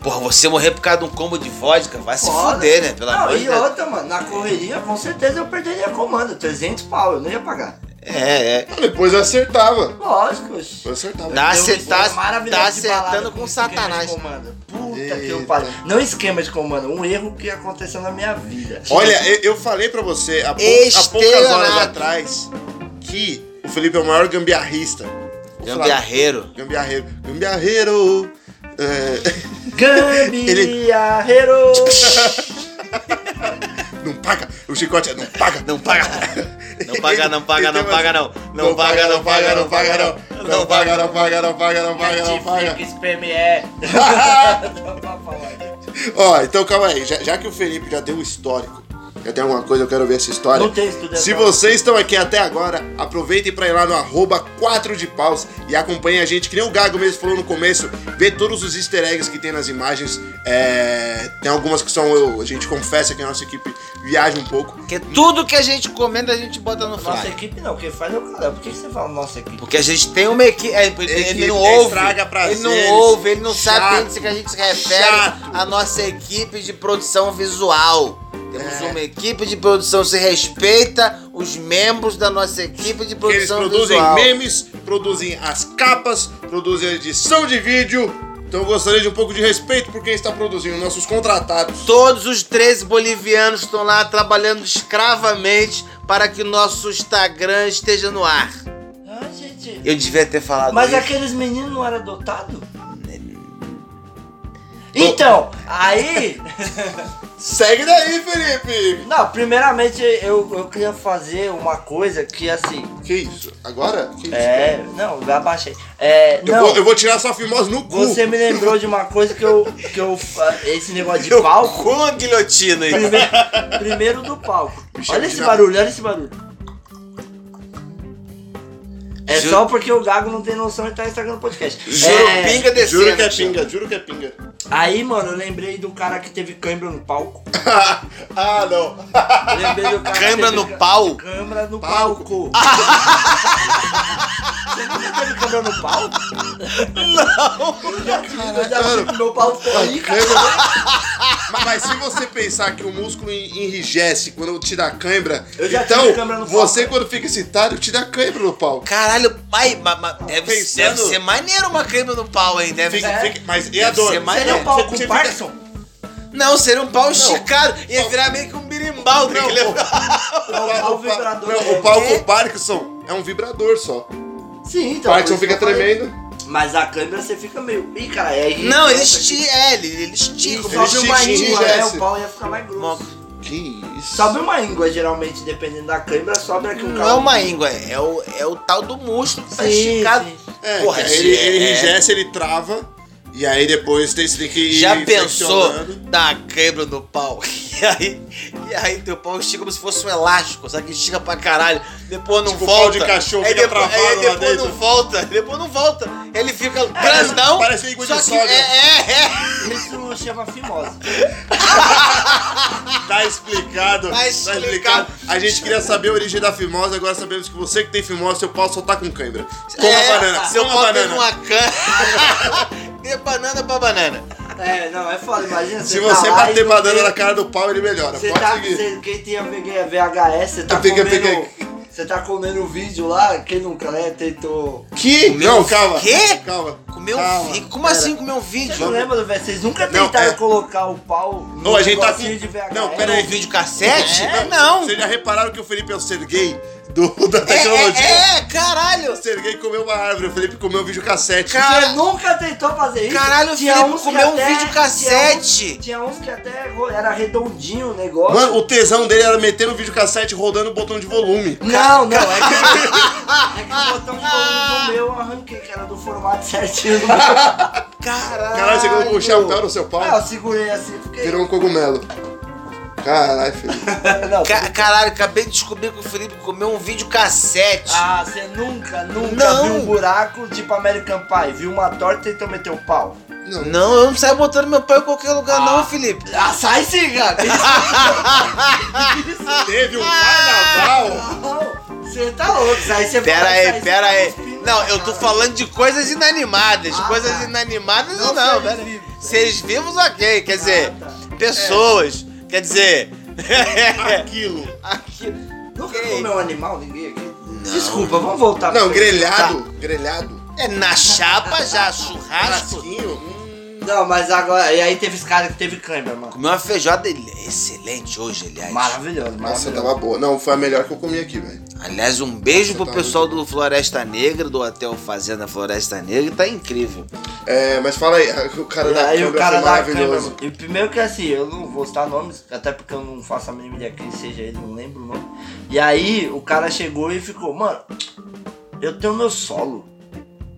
S2: Porra, você morrer por causa de um combo de vodka, vai se
S4: Foda.
S2: fuder, né? Pelo
S4: não,
S2: amor de
S4: e
S2: Deus.
S4: outra, mano, na correria, com certeza eu perderia a comanda, 300 pau, eu não ia pagar.
S2: É, é.
S3: Ah, Depois eu acertava.
S4: Lógico,
S3: Eu acertava.
S2: Dá-
S4: Tem um
S2: cê tá-
S4: esquema maravilhoso
S2: tá
S4: de balada
S2: acertando com
S4: esquema de
S2: Satanás.
S4: comando. Puta que
S3: Eita.
S4: eu pariu. Não esquema de comando, um erro que aconteceu na minha vida.
S3: Olha, eu, eu falei pra você há, pou- há poucas
S2: Estelionato.
S3: horas atrás que o Felipe é o maior
S2: um
S3: gambiarrista. Vou falar-
S2: Gambiarreiro.
S3: Gambiarreiro. Gambiarreiro. É...
S4: Gambiarreiro!
S3: Não paga. O chicote é não paga.
S2: Não paga. Não paga, não paga, não paga, não. Não
S3: Não
S2: paga, não paga, não paga, não. Não paga, não.
S3: não paga, não paga, não paga, não paga.
S4: Ratifica esse PME! Não dá pra falar.
S3: Ó, então calma aí, já, já que o Felipe já deu o histórico, já tem alguma coisa, eu quero ver essa história.
S4: Não tem estudo
S3: Se
S4: errado.
S3: vocês estão aqui até agora, aproveitem pra ir lá no arroba 4 de paus e acompanhem a gente, que nem o Gago mesmo falou no começo, vê todos os easter eggs que tem nas imagens. É, tem algumas que são, eu- a gente confessa que a nossa equipe viaja um pouco.
S2: Porque tudo que a gente comenta a gente bota no
S4: Nossa
S2: fly.
S4: equipe não, quem faz é o cara. Por que que você fala nossa equipe?
S2: Porque a gente tem uma equipe. Ele,
S3: Equipe
S2: não ouve.
S3: estraga prazeres.
S2: ele não ouve, ele não sabe
S3: Chato.
S2: antes que a gente se refere
S3: Chato.
S2: à nossa equipe de produção visual. Temos
S3: É.
S2: uma equipe de produção, se respeita os membros da nossa equipe de
S3: Eles
S2: produção
S3: produzem
S2: visual.
S3: memes, produzem as capas, produzem a edição de vídeo. Então eu gostaria de um pouco de respeito por quem está produzindo, nossos contratados.
S2: Todos os 13 bolivianos estão lá trabalhando escravamente para que nosso Instagram esteja no ar.
S4: Ah, gente.
S2: Eu devia ter falado
S4: Mas
S3: é
S2: isso.
S4: aqueles meninos não eram dotados? Então, aí.
S3: Segue daí, Felipe!
S4: Não, primeiramente eu, eu queria fazer uma coisa que assim.
S3: Que isso? Agora? Que isso?
S4: É. Não, eu abaixei. É.
S3: Eu,
S4: Não,
S3: vou, eu vou tirar sua fimose no cu.
S4: você me lembrou de uma coisa que eu. que eu. ah, Esse negócio de
S2: Eu
S4: palco.
S2: com a guilhotina aí.
S4: Primeiro, primeiro do palco.
S3: Bicho,
S4: Olha
S3: é
S4: esse
S3: dinâmico.
S4: barulho, olha esse barulho. É
S2: Ju-
S4: só porque o Gago não tem noção e tá estragando o podcast. É,
S2: Jurupinga descendo.
S3: Juro que é pinga, juro que é pinga.
S4: aí, mano, eu lembrei do cara que teve câimbra no palco.
S3: ah, não.
S4: Eu lembrei do cara
S2: Câimbra
S4: que
S2: no
S4: teve ca-
S2: pau?
S4: Câimbra no
S3: Palco.
S4: palco. Você nunca teve câimbra no palco? Não. Eu já tive, eu já tive meu pau foi.
S3: Mas, mas se você pensar que o músculo en- enrijece quando te dá cãibra,
S4: Eu já
S3: então
S4: tive cãibra no palco.
S3: você quando fica excitado te dá cãibra no pau.
S2: Caralho, pai, ma- ma- deve,
S3: Pensando-
S2: deve ser maneiro uma câimbra no pau, hein?
S4: É.
S2: Deve
S3: Fica-
S2: ser.
S3: fica- mas e
S2: Deve
S3: a dor?
S2: ser mais-
S4: Seria um
S2: Você-
S4: pau
S3: você
S4: com o
S3: fica-
S4: Parkinson?
S2: Não, seria um pau esticado. Ia virar meio que um birimbau. tem
S3: Não,
S2: que levar-
S4: É um pau vibrador.
S3: Não, o pau com o Parkinson é um vibrador só.
S4: Sim, então.
S3: Parkinson
S4: por isso
S3: fica
S4: que eu falei.
S3: tremendo.
S4: Mas a câmera você fica meio. Ih, cara, é irritante.
S2: Não, ele estica. É, ele, ele estica.
S4: Sobe
S2: o
S3: Ele
S2: pau.
S3: estica,
S4: uma
S3: estica, é.
S4: íngua, né?
S3: estica.
S4: O pau ia ficar mais grosso.
S3: Que isso?
S4: Sobe uma íngua, geralmente, dependendo da câmera, sobe aqui um
S2: Não é
S4: carro.
S2: uma íngua, é o, é o tal do músculo que tá
S4: Sim,
S2: esticado.
S4: sim.
S3: É,
S2: Porra,
S3: que aí ele,
S2: é-
S3: ele
S2: é.
S3: enrijece, ele trava. E aí depois tem, você tem que ir
S2: Já pensou
S3: flexionando.
S2: na quebra no pau? E aí, e aí teu pau estica como se fosse um elástico, sabe? Que estica pra caralho. Depois não
S3: Tipo o pau
S2: volta.
S3: de cachorro
S2: aí
S3: fica
S2: depois,
S3: travado
S2: aí
S3: lá
S2: depois
S3: dentro. É,
S2: não volta. Depois não volta. Ele fica grandão.
S3: parece língua de
S2: só que
S3: sogra.
S2: É, é, é.
S4: Isso chama fimose.
S3: Tá explicado.
S2: Tá explicado.
S3: A gente queria saber a origem da fimose, agora sabemos que você que tem fimose, seu pau só tá com cãibra. Coma
S2: é,
S3: banana,
S2: Seu
S3: coma
S2: pau tem
S3: banana.
S2: uma cana. Dê banana pra banana.
S4: É, não, é foda, imagina.
S3: Se
S4: tá
S3: você
S4: lá e
S3: bater
S4: não
S3: banana
S4: tem-
S3: na cara do pau, ele melhora.
S4: Você
S3: Pode
S4: tá.
S3: seguir.
S4: Você, quem tem a é VG VHS, você tá
S3: Fica,
S4: comendo. Você tá comendo o vídeo lá, quem nunca, né? Tentou.
S3: Que?
S2: Comeu
S3: Não,
S2: um-
S3: calma.
S2: Quê?
S3: Calma.
S2: Comeu um
S3: Calma,
S2: vídeo. Como assim comer um
S4: Você não
S2: vídeo?
S4: lembra do velho? Vocês nunca
S3: Não,
S4: tentaram
S3: é.
S4: colocar o pau no
S3: Ô, a gente tá
S4: negocinho
S3: com-
S4: de VHS?
S3: Não, pera
S2: Era
S3: aí.
S2: um vídeo cassete?
S3: É,
S2: não.
S3: Vocês já repararam que o Felipe é o Serguei do, da
S2: É,
S3: tecnologia?
S2: é, é, caralho.
S3: O Serguei comeu uma árvore, o Felipe comeu um videocassete.
S2: Cara-
S4: Você nunca tentou fazer isso?
S2: Caralho, o
S4: Tinha
S2: Felipe
S4: uns que
S2: comeu um
S4: até-
S2: videocassete.
S4: Tinha uns que até ro- era redondinho o negócio.
S3: Mano, o tesão dele era meter no videocassete rodando o botão de volume.
S4: não, não, é que, é que o botão de volume do meu eu arranquei, que era do formato certinho do meu.
S2: Caralho.
S3: Caralho, você colocou o chapéu tá no seu
S4: Ah, eu
S3: pau,
S4: segurei assim, fiquei.
S3: virou um cogumelo. Caralho, Felipe.
S4: Não.
S2: Ca- caralho, acabei de descobrir que o Felipe comeu um vídeo cassete.
S4: Ah, você nunca, nunca
S2: Não.
S4: viu um buraco tipo American Pie, viu uma torta e tentou meter o pau.
S3: Não.
S2: Não, eu não saio botando meu pau em qualquer lugar, não, Felipe.
S4: Ah, sai sim, cara!
S3: Teve um carnaval.
S4: Não, Você tá louco, sai você
S2: Pera
S4: vai
S2: aí,
S4: sair
S2: pera aí.
S4: cuspindo
S2: Não,
S4: na
S2: eu tô
S4: cara.
S2: falando de coisas inanimadas.
S4: Ah,
S2: coisas
S4: tá.
S2: inanimadas não,
S4: Não
S2: não
S4: seres
S2: pera aí.
S4: vivos.
S2: Seres vivos, ok. Quer dizer,
S4: Ah, tá.
S2: pessoas. Quer dizer.
S3: Aquilo.
S2: aqui.
S4: Nunca
S2: Ok.
S4: comeu um animal, ninguém aqui? Desculpa, vamos voltar
S3: Não,
S4: pra-
S3: grelhado. Grelhado.
S2: É na chapa já, churrasco.
S3: Churrasquinho. Hum.
S4: Não, mas agora. E aí teve esse cara que teve câimbra, mano.
S2: Comeu uma feijoada excelente hoje, aliás.
S4: Maravilhoso,
S3: Nossa,
S4: maravilhoso.
S3: tava boa. Não, foi a melhor que eu comi aqui, velho.
S2: Aliás, um beijo
S3: Você
S2: pro
S3: tá
S2: pessoal do Floresta Negra, do Hotel Fazenda Floresta Negra, tá incrível.
S3: É, mas fala aí, o cara da
S4: Aí
S3: câmera
S4: o cara
S3: foi
S4: da
S3: maravilhoso.
S4: câmera. E primeiro que assim, eu não vou citar nomes, até porque eu não faço a mínima ideia quem seja ele, não lembro o nome. E aí o cara chegou e ficou, mano, eu tenho meu solo.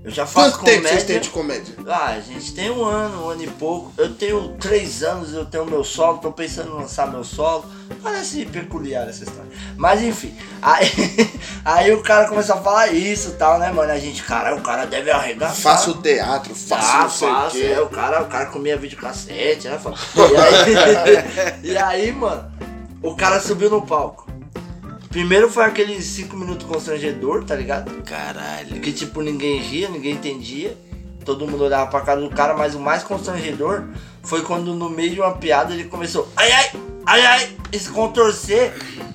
S4: Eu já faço
S3: Quanto tempo vocês têm
S4: comédia.
S3: de comédia?
S4: Ah, a gente tem um ano, um ano e pouco. Eu tenho três anos, eu tenho meu solo, tô pensando em lançar meu solo. Parece peculiar essa história. Mas enfim, aí, aí o cara começou a falar isso e tal, né, mano? A gente, cara, o cara deve arregaçar.
S3: Faço teatro, faço não sei o
S4: Tá. faço,
S3: quê.
S4: é, o cara, o cara comia videocassete, né? fala. E aí, e aí, mano, o cara subiu no palco. Primeiro foi aqueles cinco minutos constrangedor, tá ligado?
S2: Caralho.
S4: Que tipo, ninguém ria, ninguém entendia. Todo mundo olhava pra cara do cara, mas o mais constrangedor foi quando no meio de uma piada ele começou ai ai, ai ai, e se contorcer.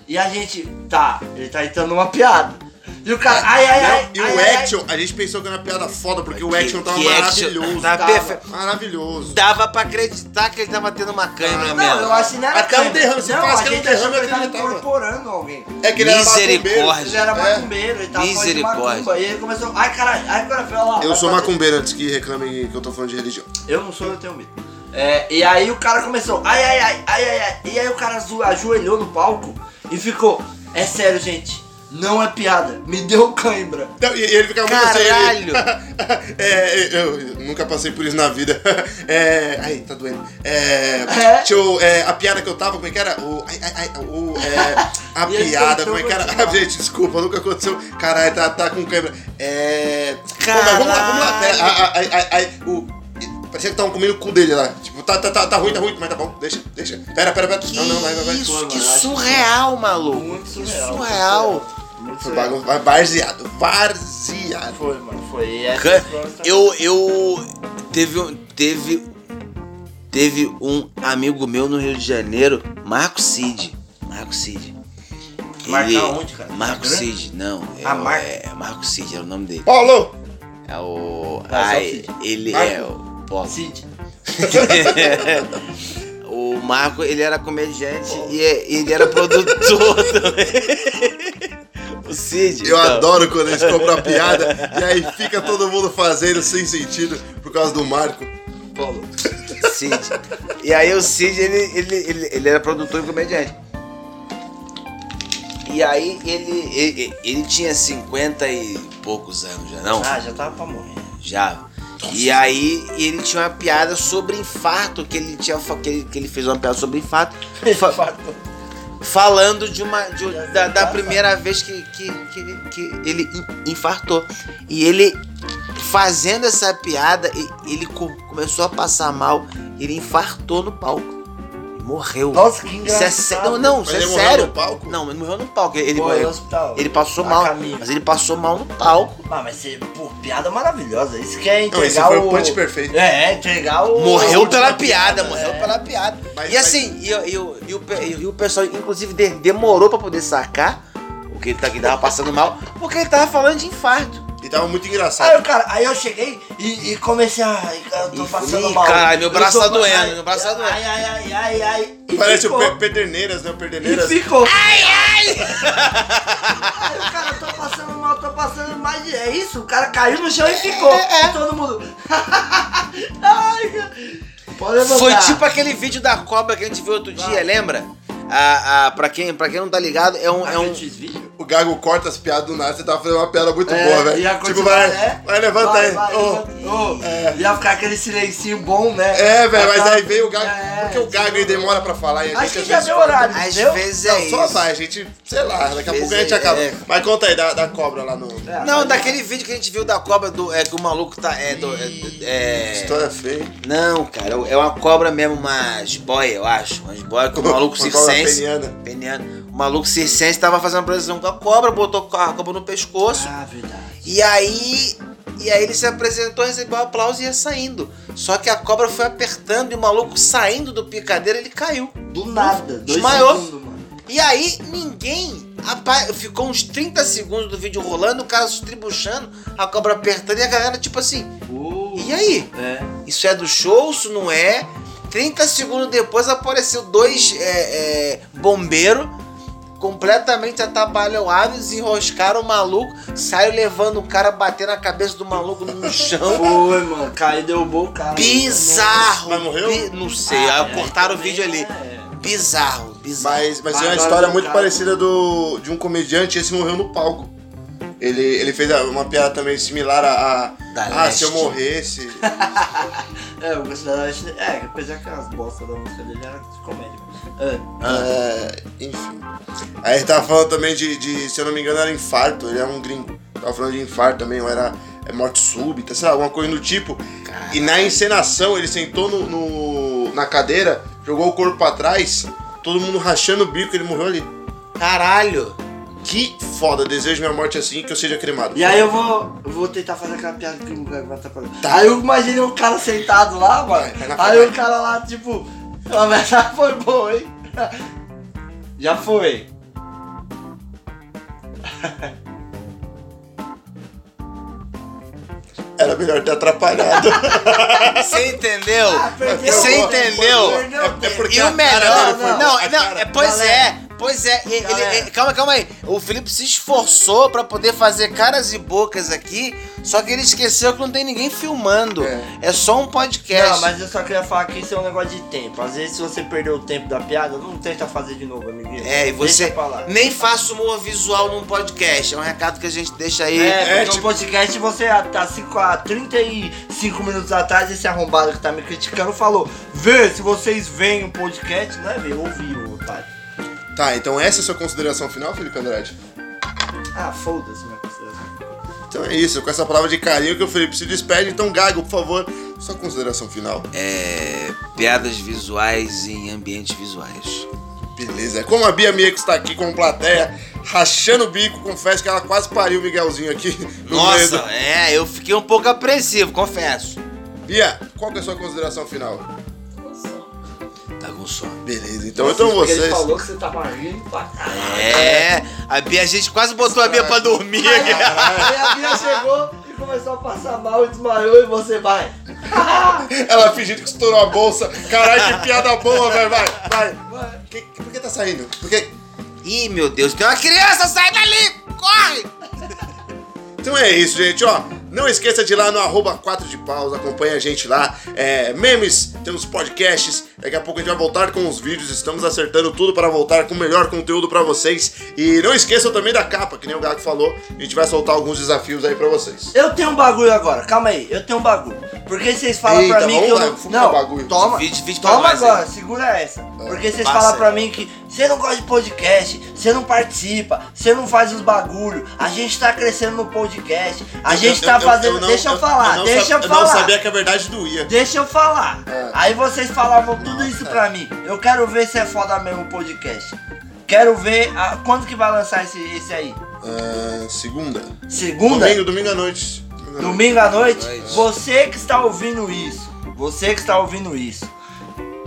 S4: E a gente, tá, ele tá entrando uma piada. E o cara, ai ai
S3: Não,
S4: ai.
S3: e
S4: ai,
S3: o
S4: ai,
S3: action, a gente pensou que era uma piada foda, porque o
S2: Que-
S3: action tava
S2: que action,
S3: maravilhoso.
S2: tá
S3: tava
S2: perfe-
S3: Maravilhoso.
S2: Dava pra acreditar que ele tava tendo uma câimbra
S4: Não,
S2: mesmo.
S4: eu acho que não era
S3: Até um
S4: câncer.
S3: derrame, se
S4: Não,
S3: faz
S4: a
S3: que era um
S4: gente achou
S3: derrame,
S4: ele tava
S3: ele tava-
S4: incorporando alguém.
S3: É que ele era
S2: Misericórdia.
S3: macumbeiro.
S4: Ele era
S3: É.
S4: macumbeiro, ele tava falando de
S2: Misericórdia.
S4: macumba. E ele começou, ai caralho, ai caralho, vai lá.
S3: Eu
S4: vai
S3: sou
S4: fazer.
S3: macumbeiro antes que reclamem que eu tô falando de religião.
S4: tá Eu não sou, eu tenho medo. É, e aí o cara começou, ai, ai, ai, ai, ai, ai. E aí o cara azu- ajoelhou no palco e ficou, é sério, gente, não é piada, me deu cãibra.
S3: Então, e, e ele fica muito
S2: Caralho.
S3: assim, ele- é, eu, eu nunca passei por isso na vida. É, ai, tá doendo. É,
S4: É?
S3: deixa eu- é, a piada que eu tava, como é que era? O, ai, ai, ai, o, é, a
S4: E ele
S3: piada,
S4: tentou
S3: como é
S2: então,
S3: que era?
S4: continuar.
S3: gente, desculpa, nunca aconteceu. Caralho, tá, tá com câmera. É. Pô, mas vamos lá, vamos lá.
S2: Caralho.
S3: É, a- a- ai, ai, ai, o- e- Parecia que estavam comendo o cu dele lá. Tipo, tá, tá, tá, tá ruim, tá ruim, mas tá bom, deixa, deixa. Pera, pera, pera.
S2: Que
S3: não, não, vai, vai, vai.
S2: isso,
S4: mano,
S2: que
S4: eu acho
S2: surreal, maluco.
S4: Muito
S2: Que
S4: surreal.
S2: surreal.
S4: Muito
S3: Foi
S4: surreal.
S3: bagun- vai- Varzeado, varzeado.
S4: Foi, mano, foi. E é essa
S2: Can-
S4: foi a história.
S2: Eu, eu teve um, teve teve um amigo meu no Rio de Janeiro, Marco Cid, Marco Cid.
S4: Marca onde, cara?
S2: Marco
S4: Instagram?
S2: Cid, não. É,
S4: Ah,
S2: o-
S4: Marco.
S2: é Marco Cid era o nome dele.
S3: Paulo!
S2: É o.
S4: Ah, só
S2: ai,
S4: Cid.
S2: ele
S3: Marco.
S2: é o. Paulo.
S4: Cid.
S2: o Marco, ele era comediante e é- e ele era produtor também. O Cid.
S3: Eu
S2: então.
S3: adoro quando eles compram a piada e aí fica todo mundo fazendo sem sentido por causa do Marco.
S4: Paulo.
S2: Cid. E aí o Cid, ele, ele, ele, ele era produtor e comediante. E aí ele, ele, ele tinha 50 e poucos anos já, não?
S4: Ah, já tava pra morrer.
S2: Já. E aí ele tinha uma piada sobre infarto, que ele tinha fa- que ele, que ele fez uma piada sobre infarto, fa- falando de uma de um- da, da primeira vez que, que, que, que ele in- infartou. E ele fazendo essa piada, e- ele co- começou a passar mal, ele infartou no palco. Morreu.
S4: Nossa, que
S2: Isso
S4: engraçado.
S2: é sé- Não, não, isso
S3: Mas
S2: é
S3: ele morreu no
S2: sério.
S3: palco?
S2: Não, ele morreu no palco. Ele,
S4: Morreu
S2: morreu-
S4: no hospital.
S2: ele passou
S4: A
S2: mal.
S4: caminho.
S2: Mas ele passou mal no palco.
S4: Ah, mas você, pô, piada maravilhosa. Isso que é entregar
S3: Não, esse foi o
S4: o...
S3: punch perfeito.
S4: É, é, entregar o...
S2: Morreu
S4: a
S2: pela
S4: última
S2: piada, morreu
S4: é.
S2: pela piada.
S3: Mas-
S2: e assim, e, eu- e o- e o, pe- e o pessoal, inclusive, de- demorou pra poder sacar o que ele tá, que tava passando mal, porque ele tava falando de infarto.
S3: E tava muito
S4: Aí,
S3: engraçado.
S4: o cara, aí eu cheguei e, e comecei a. Eu tô
S2: Ih,
S4: passando
S2: ih,
S4: mal.
S2: caralho, meu
S4: Eu tô
S2: braço tá
S4: pa-
S2: doendo,
S4: ai,
S2: meu braço tá doendo.
S4: Ai, ai, ai, ai, ai. E
S3: Parece o
S4: ficou,
S3: Pe- Pederneiras, né? O
S4: E
S3: Pederneiras.
S4: ficou. Ai, ai! Aí o cara, eu tô passando mal, tô passando mal. de- É isso? O cara caiu no chão e
S2: É,
S4: ficou. E todo mundo. ai, cara. Pode levantar.
S2: Foi
S3: Tá.
S2: tipo aquele vídeo da cobra que a gente viu outro dia, lembra? A, a, pra, quem, pra quem não tá ligado, é um. É um
S3: O Gago corta as piadas do nada, você tava fazendo uma piada muito
S4: É,
S3: boa,
S4: e a
S3: velho. Tipo,
S4: continuar,
S3: vai,
S4: né?
S3: vai, levanta
S4: Vai,
S3: aí.
S4: vai,
S3: Ô,
S4: levanta. Ô, Ia ficar aquele silencinho bom, né?
S3: É, velho, mas
S4: Aquela-
S3: aí veio o Gago.
S4: É,
S3: porque o Gago ele demora pra falar e a gente
S4: Acho que
S3: às
S4: já
S3: vezes
S4: deu
S3: corta.
S4: horário.
S2: às
S4: deu?
S2: vezes
S3: Não,
S2: é
S3: só
S2: isso.
S3: vai, a gente, sei lá, daqui a
S2: Fez
S3: pouco a gente
S2: aí,
S3: acaba.
S2: é.
S3: Mas conta aí da, da cobra lá no.
S4: É,
S2: Não,
S4: mas-
S2: daquele vídeo que a gente viu da cobra do. É que o maluco tá. É, do, é, é-
S3: História feia.
S2: Não, cara, é uma cobra mesmo, uma jiboia, eu acho. Uma jiboia que o maluco
S3: Uma cobra
S2: circense.
S3: peniana.
S2: Peniano. O maluco circense tava fazendo uma precisão com a cobra, botou a cobra no pescoço.
S4: Ah, verdade.
S2: E aí. E aí ele se apresentou, recebeu um aplauso e ia saindo. Só que a cobra foi apertando e o maluco saindo do picadeiro, ele caiu.
S4: Do nada. Dois
S2: Desmaiou.
S4: segundos, mano.
S2: E aí ninguém. apa- Ficou uns 30 segundos do vídeo rolando, o cara se tribuchando, a cobra apertando e a galera, tipo assim,
S4: Uh,
S2: e aí?
S4: É.
S2: Isso é do show, isso não é. 30 segundos depois apareceu dois é, é, bombeiros completamente atrapalhoado, desenroscaram o maluco, saiu levando o cara, bater na cabeça do maluco no chão.
S4: Foi, mano. Caiu, derrubou o cara. né?
S2: Bizarro!
S3: Mas morreu?
S2: Bi- Não sei,
S4: Ah,
S2: aí
S4: é,
S2: cortaram o
S4: também
S2: vídeo ali.
S4: é.
S2: Bizarro, bizarro.
S3: Mas, mas é uma
S4: Bárbaro
S3: história
S4: do
S3: muito
S4: cara.
S3: parecida do, de um comediante, esse morreu no palco. Ele, ele fez a- uma piada também similar a. a
S2: Da
S3: ah,
S2: Leste.
S3: se eu morresse.
S4: É, o considerado. É, apesar que as bostas da música dele era de comédia. É.
S3: É, enfim. Aí ele tava falando também de, de, se eu não me engano, era infarto, ele era um gringo. Tava falando de infarto também, ou era é, morte súbita, sei lá, alguma coisa do tipo. E na encenação, ele sentou no, no- na cadeira, jogou o corpo pra trás, todo mundo rachando o bico, ele morreu ali.
S2: Caralho!
S3: Que foda, desejo minha morte assim que eu seja cremado.
S4: E aí eu vou, eu vou tentar fazer aquela piada que o cara tá fazendo. Aí eu imaginei um cara sentado
S2: É,
S4: lá, mano. Tá
S3: Vai, vai na
S4: Aí o
S3: frente.
S4: cara lá, tipo, "Ah, mas já foi bom, hein? Já foi.
S3: Era melhor ter atrapalhado.
S2: Você entendeu?
S3: Ah,
S4: perdeu.
S2: Você entendeu?
S4: Perdeu,
S3: É- é porque
S2: E
S3: a
S2: o
S3: cara
S2: melhor.
S3: dele foi
S2: Não,
S3: boa,
S2: não,
S3: a cara.
S2: é, pois é. Pois é, e- ele-
S4: Galera.
S2: e- calma, calma aí. O Felipe se esforçou pra poder fazer caras e bocas aqui, só que ele esqueceu que não tem ninguém filmando. É, só um podcast.
S4: Não, mas eu só queria falar que isso é um negócio de tempo. Às vezes, se você perdeu o tempo da piada, não tenta fazer de novo, amiguinho.
S2: É, e você
S4: Deixa pra lá.
S2: nem faça humor visual num podcast. É um recado que a gente deixa aí.
S4: É,
S3: É,
S4: porque
S3: tipo-
S4: no podcast você há, tá cinco- há 35 minutos atrás, esse arrombado que tá me criticando falou: Vê, se vocês veem o podcast, não é ver, ouviram, otário.
S3: Tá, então essa é a sua consideração final, Felipe Andrade?
S4: Ah, foda-se, minha consideração.
S3: Então é isso, com essa palavra de carinho que o Felipe se despede. Então, Gago, por favor, sua consideração final.
S2: É, piadas visuais em ambientes visuais.
S3: Beleza. Como a Bia Miex está aqui com plateia, rachando o bico, confesso que ela quase pariu o Miguelzinho aqui. no
S2: Nossa,
S3: medo.
S2: é, eu fiquei um pouco apreensivo, confesso.
S3: Bia, qual que é a sua consideração final?
S2: Tá com sono.
S3: Beleza, então, então
S5: Porque Ele
S3: vocês.
S5: falou que você tava rindo pra caralho.
S2: É, a Bia, a gente quase botou a Bia pra dormir.
S3: É.
S4: Aí a Bia chegou e começou a passar mal e desmaiou e você vai.
S3: Ela fingindo que estourou a bolsa. Caralho, que piada boa, velho. Vai, vai. Que, que- por que tá saindo? Por que...
S2: Ih, meu Deus, tem uma criança, sai dali! Corre!
S3: Então é isso, gente, ó. Não esqueça de ir lá no arroba 4 de paus, acompanha a gente lá. É, memes, temos podcasts, daqui a pouco a gente vai voltar com os vídeos, estamos acertando tudo para voltar com o melhor conteúdo para vocês. E não esqueçam também da capa, que nem o Gago falou, a gente vai soltar alguns desafios aí para vocês.
S4: Eu tenho um bagulho agora, calma aí, eu tenho um bagulho. Porque vocês falam
S3: Eita,
S4: pra mim
S3: vamos
S4: que eu
S3: lá,
S4: não.
S3: fuma o
S4: Não,
S3: bagulho.
S4: toma.
S2: Vídeo- vídeo pra
S4: toma
S2: nós aí.
S4: agora, segura essa. Porque vocês
S2: passa
S4: falam
S2: aí.
S4: pra mim que você não gosta de podcast, você não participa, você não faz os bagulho, a gente tá crescendo no podcast, a gente tá fazendo.
S3: não-
S4: deixa eu falar,
S3: não
S4: deixa
S3: sab-
S4: eu falar.
S3: não sabia que a verdade doía.
S4: Deixa eu falar.
S3: É.
S4: Aí vocês falavam tudo isso pra mim. Eu quero ver se é foda mesmo o podcast. Quero ver a- quando que vai lançar esse, esse aí.
S3: Ah, segunda.
S4: Segunda?
S3: Domingo, domingo à noite. Domingo à noite.
S4: Domingo à noite?
S2: Domingo à noite.
S4: Você que está ouvindo isso, você que está ouvindo isso,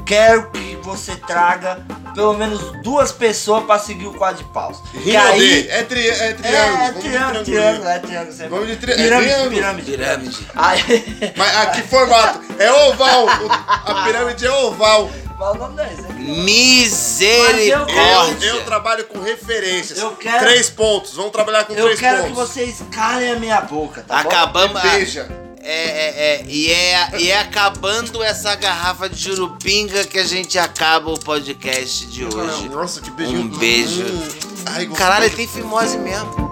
S4: quero que você traga pelo menos duas pessoas pra seguir o quadro de paus. Que
S3: Rima
S4: aí.
S3: D. É, tri é
S4: É,
S3: triângulo.
S4: é
S3: vamos de
S4: triângulo,
S3: triângulo.
S4: triângulo, é triângulo. sempre.
S3: Vamos de tri- é
S4: pirâmide,
S3: triângulo.
S4: pirâmide.
S2: Pirâmide.
S4: Aí,
S3: Mas a que formato? É oval. O- A pirâmide é oval.
S4: qual o nome desse?
S3: Eu,
S2: Misericórdia.
S3: eu trabalho com referências.
S4: Eu quero-
S3: Três pontos. Vamos trabalhar com
S4: Eu
S3: três
S4: quero que
S3: pontos.
S4: vocês calem a minha boca, tá bom?
S2: Acabamos.
S3: Beija.
S2: É, é, é, e é, e é acabando essa garrafa de jurupinga que a gente acaba o podcast de hoje.
S3: Nossa, que beijinho.
S2: Um beijo.
S3: Hum. Ai, gostoso.
S2: Caralho, tem fimose mesmo.